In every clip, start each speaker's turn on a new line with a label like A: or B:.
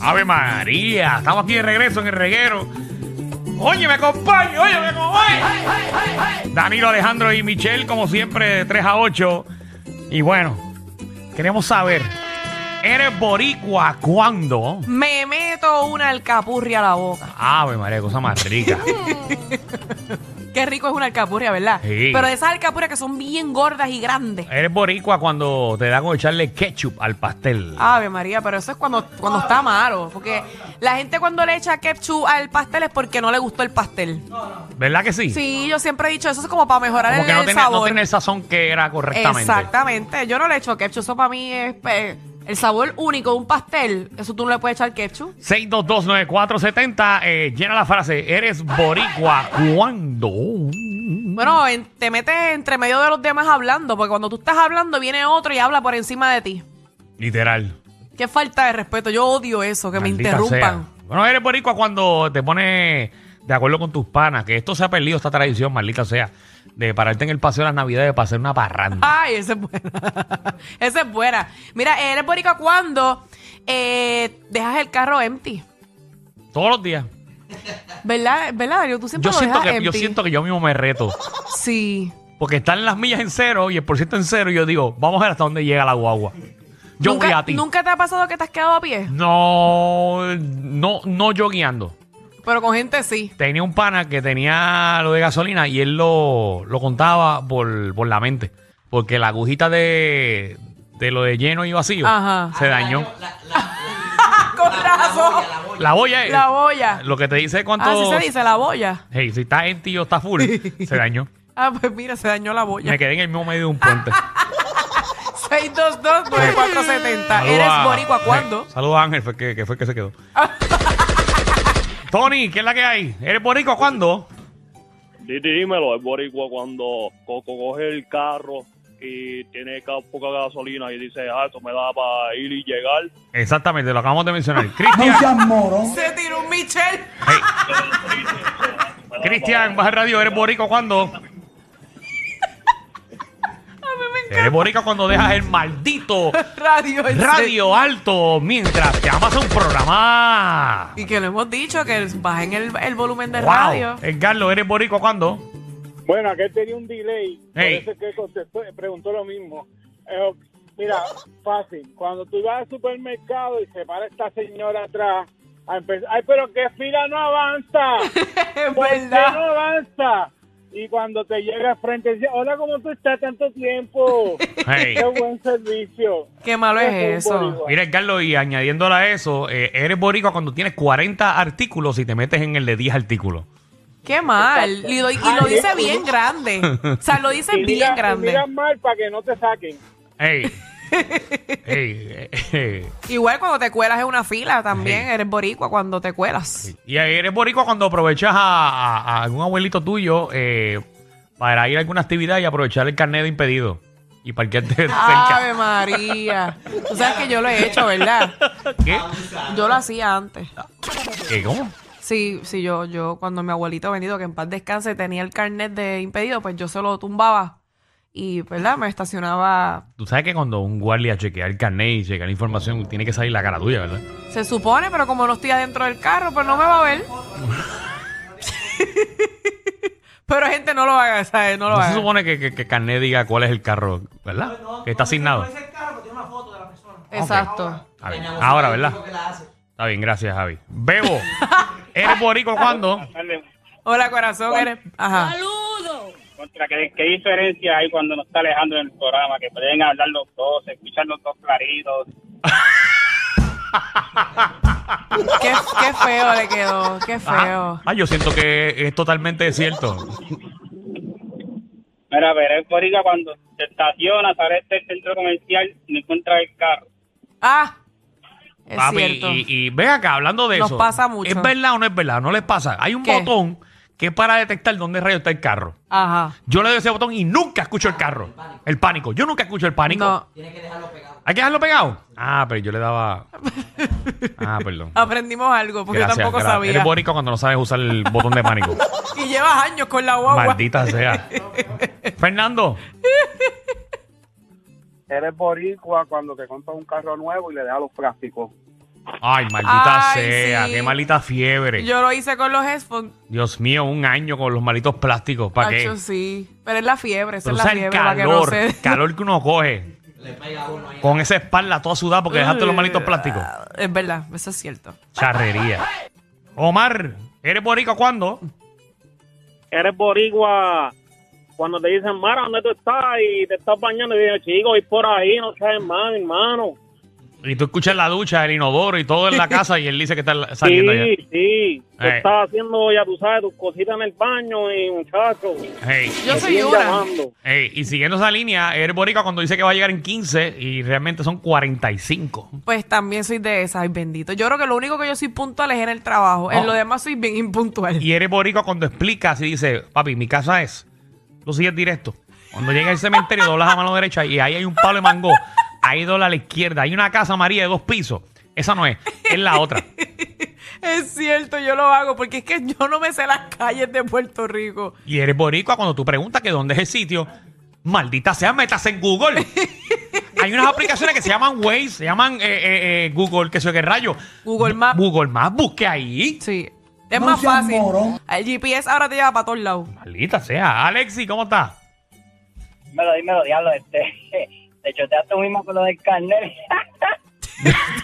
A: Ave María, estamos aquí de regreso en el reguero. Oye, me acompaño, oye, me acompaño. Danilo, Alejandro y Michelle, como siempre, de 3 a 8. Y bueno, queremos saber, ¿eres boricua cuándo?
B: Me meto una alcapurria a la boca.
A: Ave María, cosa más rica.
B: Qué rico es una alcapurria, ¿verdad?
A: Sí.
B: Pero de esas alcapurrias que son bien gordas y grandes.
A: Eres boricua cuando te da con echarle ketchup al pastel.
B: Ave María, pero eso es cuando, cuando está malo. Porque la gente cuando le echa ketchup al pastel es porque no le gustó el pastel.
A: ¿Verdad que sí?
B: Sí, yo siempre he dicho eso es como para mejorar
A: Como
B: el,
A: que no
B: el
A: tiene, no
B: sabor.
A: tiene el sazón que era correctamente.
B: Exactamente. Yo no le echo ketchup. Eso para mí es eh, el sabor único de un pastel. Eso tú no le puedes echar ketchup.
A: 6229470, eh, llena la frase, eres boricua cuando...
B: Bueno, en- te metes entre medio de los demás hablando. Porque cuando tú estás hablando, viene otro y habla por encima de ti.
A: Literal.
B: Qué falta de respeto. Yo odio eso, que me
A: Maldita
B: interrumpan.
A: sea. Bueno, eres boricua cuando te pones de acuerdo con tus panas, que esto se ha perdido, esta tradición, maldita sea, de pararte en el paseo de las navidades para hacer una parranda.
B: Ay, esa es buena. esa es buena. Mira, eres boricua cuando eh, dejas el carro empty.
A: Todos los días.
B: ¿Verdad, ¿Verdad Darío? Tú siempre
A: Yo
B: lo
A: siento,
B: dejas
A: que, yo
B: empty.
A: siento que yo mismo me reto.
B: Sí.
A: Porque están las millas en cero y el por ciento en cero, y yo digo, vamos a ver hasta dónde llega la guagua. Yo
B: ¿Nunca,
A: voy a ti.
B: ¿Nunca te ha pasado que te has quedado a pie?
A: No, no, no yo guiando.
B: Pero con gente sí.
A: Tenía un pana que tenía lo de gasolina y él lo, lo contaba por, por la mente. Porque la agujita de, de lo de lleno y vacío
B: Ajá.
A: se dañó.
B: con razón.
A: La boya es.
B: La boya.
A: Lo que te dice cuánto.
B: Ah, sí se dice, la boya.
A: Hey, si está en ti o está full, se dañó.
B: Ah, pues mira, se dañó la boya.
A: Me quedé en el mismo medio de un puente.
B: 622-9470.
A: Saludos
B: ¿Eres
A: a-
B: boricua cuando?
A: Sí, Saludos a Ángel, fue que, que fue el que se quedó. Tony, ¿qué es la que hay? ¿Eres boricua cuándo?
C: Dí- Dímelo, es boricua cuando Coco coge el carro y tiene ca- poca gasolina y dice, ah, esto me da para ir y llegar.
A: Exactamente, lo acabamos de mencionar. Cristian.
B: Se tiró un Michel.
A: Cristian, baja el radio, eres boricua cuando. A mí me encanta. Eres boricua cuando dejas el maldito
B: Radio. ese.
A: radio alto mientras te amas un programa.
B: Y que lo hemos dicho, que bajen el, el volumen de
A: Wow.
B: radio.
A: Eh, Carlos, eres boricua cuando.
D: Bueno, aquel tenía un delay,
A: Ey.
D: por eso es que contestó- preguntó lo mismo. Eh, mira, fácil, cuando tú vas al supermercado y se para esta señora atrás, a empezar, ay, pero qué fila no avanza,
B: Es
D: ¿por qué no
B: verdad.
D: avanza? Y cuando te llega frente, dice, hola, ¿cómo tú estás tanto tiempo?
A: Hey.
D: Qué buen servicio.
B: Qué malo es
D: Eso es un
B: eso.
D: boricua.
A: Mira, Carlos, y añadiéndola a eso, eh, eres boricua cuando tienes 40 artículos y te metes en el de 10 artículos.
B: Qué mal. Y, lo- y lo
D: Ay,
B: dice
D: eso.
B: bien grande. O sea, lo dice
D: Y mira-
B: bien
D: y
B: grande.
D: mira mal para que no te saquen.
A: Ey. Ey, eh, eh.
B: Igual cuando te cuelas en una fila también.
A: Sí.
B: Eres boricua cuando te cuelas.
A: Y eres boricua cuando aprovechas a, a- a algún abuelito tuyo eh, para ir a alguna actividad y aprovechar el carnet de impedido y parquearte cerca.
B: Ave María. Tú sabes que yo lo he hecho, ¿verdad?
A: ¿Qué?
B: Yo lo hacía antes.
A: ¿Qué? ¿Cómo?
B: Sí, sí, yo, yo cuando mi abuelito venido, que en paz descanse, tenía el carnet de impedido, pues yo se lo tumbaba y, ¿verdad? Me estacionaba.
A: Tú sabes que cuando un guardia chequea el carnet y chequea la información, tiene que salir la cara tuya, ¿verdad?
B: Se supone, pero como no estoy adentro del carro, pues no me va a ver. pero gente, no lo haga, ¿sabes? No lo
A: No se
B: haga.
A: supone que, que, que el carnet diga cuál es el carro, ¿verdad? que está asignado.
B: Exacto.
A: Está bien. Ahora, ¿verdad? Está bien, gracias, Javi. Bebo, ¿eres boricua cuando?
B: Hola, corazón, eres. Ajá.
E: Contra, ¿qué, ¿qué diferencia hay cuando no está Alejandro en el programa? Que pueden hablar los dos, escuchar los dos claritos.
B: Qué, qué feo le quedó, qué feo.
A: Ah, ah, yo siento que es totalmente cierto.
E: Mira, pero es boricua cuando te estacionas, sales del centro comercial y no encuentras el carro.
B: Ah, es
A: Papi,
B: cierto.
A: Y, y ven acá, hablando de
B: Nos
A: eso.
B: pasa mucho.
A: ¿Es verdad o no es verdad? No les pasa. Hay un
B: ¿Qué?
A: botón que es para detectar dónde rayo está el carro.
B: Ajá.
A: Yo le doy ese botón y nunca escucho el carro. El pánico. Yo nunca escucho el pánico.
B: No,
A: ¿Hay que dejarlo pegado? Ah, pero yo le daba. Ah, perdón.
B: aprendimos algo, porque yo tampoco
A: gracias.
B: sabía.
A: Eres boricua cuando no sabes usar el botón de pánico.
B: Y llevas años con la guagua.
A: Maldita sea. Fernando,
D: Eres boricua cuando te compras un carro nuevo y le dejas los plásticos.
A: Ay, maldita
B: Ay,
A: sea,
B: sí.
A: qué maldita fiebre.
B: Yo lo hice con los headphones.
A: Dios mío, un año con los malditos plásticos. ¿Para qué?
B: Hacho, sí. Pero es la fiebre, esa
A: Pero
B: es la
A: usa el
B: fiebre. para que no
A: calor,
B: se-
A: calor que uno coge. Con esa espalda toda sudada porque dejaste los malitos plásticos.
B: Es verdad, eso es cierto.
A: Charrería. Omar, ¿eres boricua cuándo?
E: Eres boricua cuando te dicen, Mara, ¿dónde tú estás? Y te estás bañando y dices, chico, voy por ahí, no sabes más, hermano.
A: Y tú escuchas la ducha, el inodoro y todo en la casa y él dice que está la- saliendo ya.
E: sí, sí. Tú
A: Eh.
E: estás haciendo, ya tú sabes, tus cositas en el baño y muchachos.
A: Hey,
B: Yo soy una.
E: llamando.
A: hey, y siguiendo esa línea, eres boricua cuando dice que va a llegar en 15 y realmente son 45.
B: Pues también soy de esas, ay bendito. Yo creo que lo único que yo soy puntual es en el trabajo. En
A: Oh.
B: lo demás soy bien impuntual.
A: Y eres boricua cuando explicas y dice, papi, mi casa es. Tú sigues directo. Cuando llegas al cementerio, doblas a mano derecha y ahí hay un palo de mango. Ahí dobla a la izquierda. Hay una casa María de dos pisos. Esa no es, es la otra.
B: Es cierto, yo lo hago porque es que yo no me sé las calles de Puerto Rico.
A: Y eres boricua cuando tú preguntas que dónde es el sitio. Maldita sea, metas en Google. Hay unas aplicaciones que se llaman Waze, se llaman eh, eh, eh, Google, que sé qué rayo.
B: Google Maps.
A: Google Maps, busque ahí.
B: Sí. Es más fácil. El GPS ahora te lleva para todos lados.
A: Maldita sea. Alexi, ¿cómo estás?
E: Dímelo, dímelo, diablo, este. Te choteaste tú mismo con lo del carnet.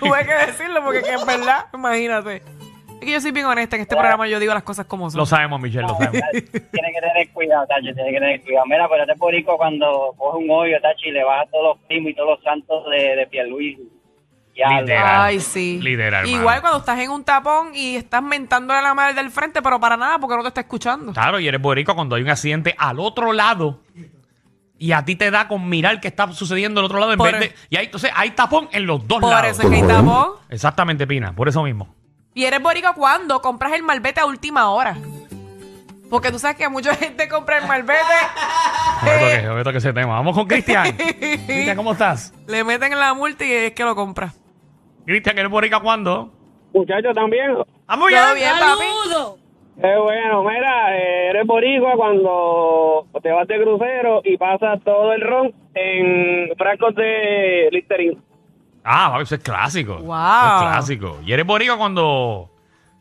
B: Tuve que decirlo porque que es verdad, imagínate. Es que yo soy bien honesta, en este programa yo digo las cosas como son.
A: Lo sabemos, Michelle, lo sabemos.
E: Tienes que tener cuidado, Tacho, tienes que tener cuidado. Mira, pero este porico cuando coge un hoyo, Tacho, y le baja todos los primos y todos los santos de, de Pierluisi. Ya,
A: Literal.
B: Ay, sí.
A: Literal, hermano.
B: Igual cuando estás en un tapón y estás mentándole a la madre del frente, pero para nada porque no te está escuchando.
A: Claro, y eres boricua cuando hay un accidente al otro lado y a ti te da con mirar qué está sucediendo al otro lado en
B: Por
A: vez de-
B: el-
A: Y hay, entonces hay tapón en los dos
B: Por
A: lados.
B: eso es que hay tapón.
A: Exactamente, Pina, por eso mismo.
B: Y eres boricua cuando compras el malvete a última hora. Porque tú sabes que mucha gente compra el malvete,
A: Ahorita que- ahorita que ese tema. Vamos con Cristian. Cristian, ¿cómo estás?
B: le meten en la multa y es que lo compras.
A: Cristian, ¿eres boricua cuándo?
D: Muchachos también.
A: ¡Ah, muy
B: Todo bien, papi.
D: Es bueno, mira, eh, eres boricua cuando te vas de crucero y pasas todo el ron en francos de Listerine.
A: Ah, papi, eso es clásico.
B: Wow.
A: Eso es clásico. Y eres boricua cuando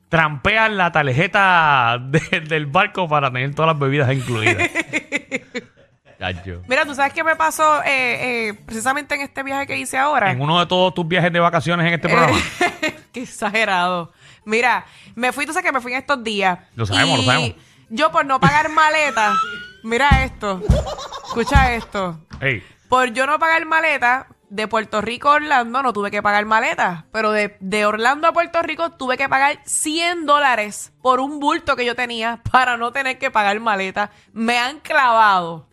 A: trampean la tarjeta de- del barco para tener todas las bebidas incluidas. Chacho.
B: Mira, tú sabes qué me pasó eh, eh, precisamente en este viaje que hice ahora.
A: En uno de todos tus viajes de vacaciones en este programa.
B: Qué exagerado. Mira, me fui, tú sabes que me fui en estos días.
A: Lo sabemos,
B: Y
A: lo sabemos.
B: Yo por no pagar maleta, mira esto, escucha esto.
A: Ey.
B: Por yo no pagar maleta, de Puerto Rico a Orlando no tuve que pagar maleta, pero de, de Orlando a Puerto Rico tuve que pagar 100 dólares por un bulto que yo tenía para no tener que pagar maleta. Me han clavado.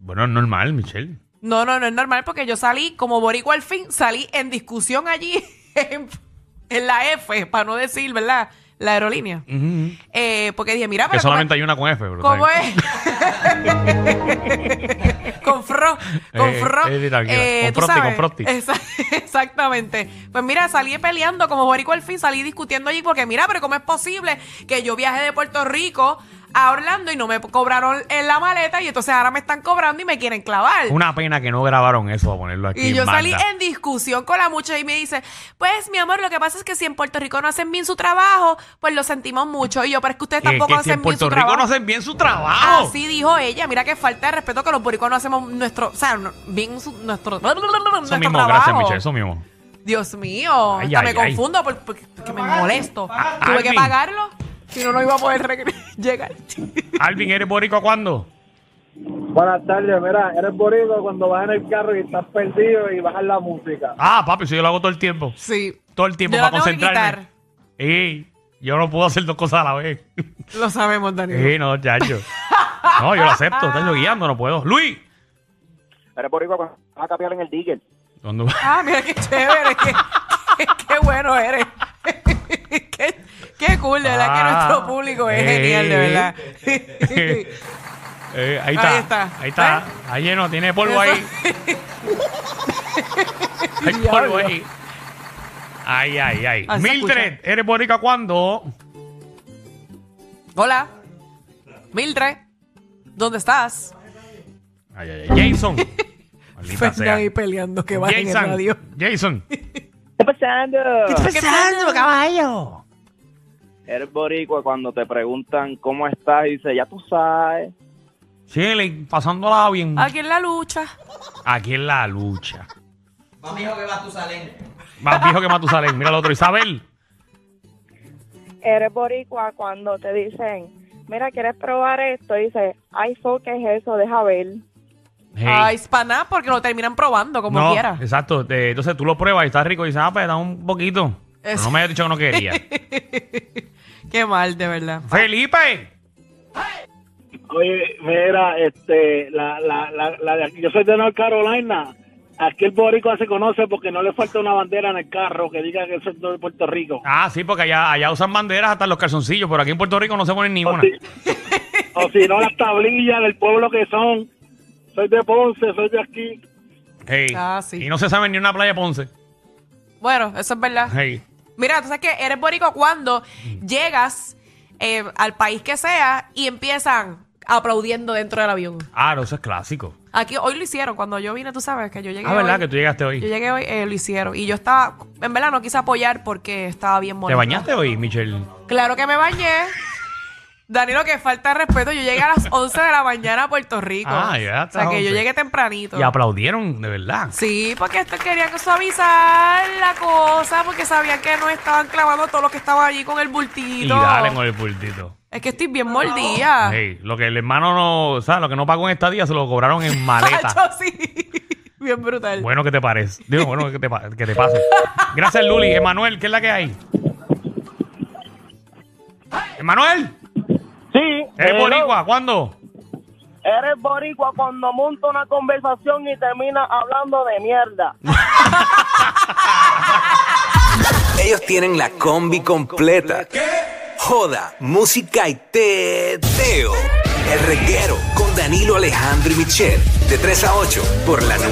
A: Bueno, es normal, Michelle.
B: No, no, no es normal porque yo salí como boricua al fin, salí en discusión allí en, en la F, para no decir, ¿verdad? La aerolínea. Eh, porque dije, mira,
A: Que
B: pero ¿cómo-
A: solamente hay una con F, pero está
B: ¿Cómo
A: bien.
B: es? con Fro. Con
A: Eh,
B: Fro.
A: eh, tranquila. Con
B: tú
A: Frosti, con
B: sabes.
A: Frosti.
B: Esa- exactamente. Pues mira, salí peleando como Boricua al fin, salí discutiendo allí porque mira, pero ¿cómo es posible que yo viaje de Puerto Rico a Orlando y no me cobraron en la maleta y entonces ahora me están cobrando y me quieren clavar?
A: Una pena que no grabaron eso para ponerlo aquí.
B: Y yo
A: banda.
B: salí en discusión con la muchacha y me dice, pues mi amor, lo que pasa es que si en Puerto Rico no hacen bien su trabajo, pues lo sentimos mucho. Y yo, pero es que ustedes
A: Que-
B: tampoco
A: que si
B: hacen
A: en Puerto
B: bien su
A: Rico
B: trabajo. Ah,
A: no hacen bien su trabajo.
B: Así dijo ella. Mira qué falta de respeto que los boricuas no hacemos nuestro, o sea, no- bien su- nuestro,
A: Eso
B: nuestro
A: mismo,
B: trabajo.
A: gracias, Michelle, eso mismo.
B: Dios mío,
A: Ay,
B: hasta
A: ay,
B: me
A: ay.
B: confundo por- porque porque me molesto.
A: Ah,
B: Tuve que
A: Alvin.
B: pagarlo, si no no iba a poder regre- llegar.
A: Alvin, ¿eres boricua cuándo?
D: Buenas tardes, mira, eres boricua cuando vas en el carro y estás perdido y bajas la música.
A: Ah, papi, si yo lo hago todo el tiempo.
B: Sí.
A: Todo el tiempo
B: Yo la
A: para
B: tengo que
A: concentrarme. Ey, yo no puedo hacer dos cosas a la vez.
B: Lo sabemos, Daniel.
A: Ey, no, chacho. No, yo lo acepto. Estás yo guiando, no puedo. Luis.
F: Eres boricua cuando vas a capear en el digger.
A: ¿Dónde
B: Ah, mira qué chévere, qué, qué- qué bueno eres. qué, qué cool, de verdad que
A: Ah.
B: nuestro público es genial, de verdad.
A: Eh, ahí,
B: Ahí
A: está,
B: está. ¿Eh?
A: Ahí está. Ahí lleno, tiene polvo ahí. Hay polvo ahí. Ay, ay, ay.
B: Ah, se
A: Mildred, ¿eres boricua cuándo?
B: Hola. Mildred, ¿dónde estás?
A: Ay, ay, ay. Jason. Maldita
B: Fernan
A: sea.
B: ahí Pues peleando que va en el
A: Jason.
B: radio.
A: Jason.
F: está pasando?
B: ¿Qué pasa?
A: caballo?
F: Eres boricua cuando te preguntan cómo estás y dices, ya tú sabes.
A: Sí, pasándola bien.
B: Aquí en la lucha.
A: Aquí en la lucha.
G: Más viejo que Batusalén.
A: Más viejo que Matusalén. Mira el otro, Isabel.
H: eres boricua cuando te dicen, mira, ¿quieres probar esto? Y dices, ay, so, ¿qué es eso? Deja ver.
A: Hey.
B: Ay, es para nada porque lo terminan probando como
A: no,
B: quiera.
A: Exacto. Te- entonces tú lo pruebas y está rico y dices, ah, pues da un poquito. Pero
B: Es-
A: no me había dicho que no quería.
B: Qué mal, de verdad.
A: Felipe.
D: Oye, mira, este, la, la, la, la de aquí, yo soy de North Carolina. Aquí el boricua se conoce porque no le falta una bandera en el carro que diga que eso es de Puerto Rico.
A: Ah, sí, porque allá, allá usan banderas hasta en los calzoncillos, pero aquí en Puerto Rico no se ponen ni
D: O
A: una.
D: si, o si no, las tablillas del pueblo que son. Soy de Ponce, soy de aquí.
A: Hey.
B: Ah, sí.
A: Y no se sabe ni una playa de Ponce.
B: Bueno, eso es verdad.
A: Hey.
B: Mira, tú sabes que eres boricua cuando llegas eh, al país que sea y empiezan aplaudiendo dentro del avión.
A: Ah, no, eso es clásico.
B: Aquí hoy lo hicieron, cuando yo vine, tú sabes que yo llegué.
A: Ah, ¿verdad?
B: hoy,
A: Que tú llegaste
B: Yo
A: hoy.
B: llegué hoy, eh, lo hicieron. Y yo estaba, en verdad no quise apoyar porque estaba bien
A: ¿Te
B: molesta.
A: bañaste hoy, Michelle?
B: Claro que me bañé. Danilo, que falta de respeto. Yo llegué a las 11 de la mañana a Puerto Rico.
A: Ah, ya,
B: O sea, que yo
A: 11.
B: llegué tempranito.
A: Y aplaudieron, de verdad.
B: Sí, porque esto querían que suavizar la cosa, porque sabían que no estaban clavando todos los que estaban allí con el
A: Y
B: bultito.
A: dale con el pultito.
B: Es que estoy bien mordida.
A: Hey, lo que el hermano no, o sea, lo que no pagó en estadía se lo cobraron en maleta.
B: Hacho, sí. Bien brutal.
A: bueno, que te parece. Digo, bueno, que te, pa- que te pase. Gracias, Luli. Emanuel, ¿qué es la que hay? Emanuel,
I: Sí,
A: ¿eres
I: hello.
A: boricua? ¿Cuándo?
I: Eres boricua cuando monta una conversación y termina hablando de mierda.
G: Ellos tienen la combi completa. Joda, música y teo. El reguero con Danilo Alejandro y Michel. De 3 a 8 por la nueva.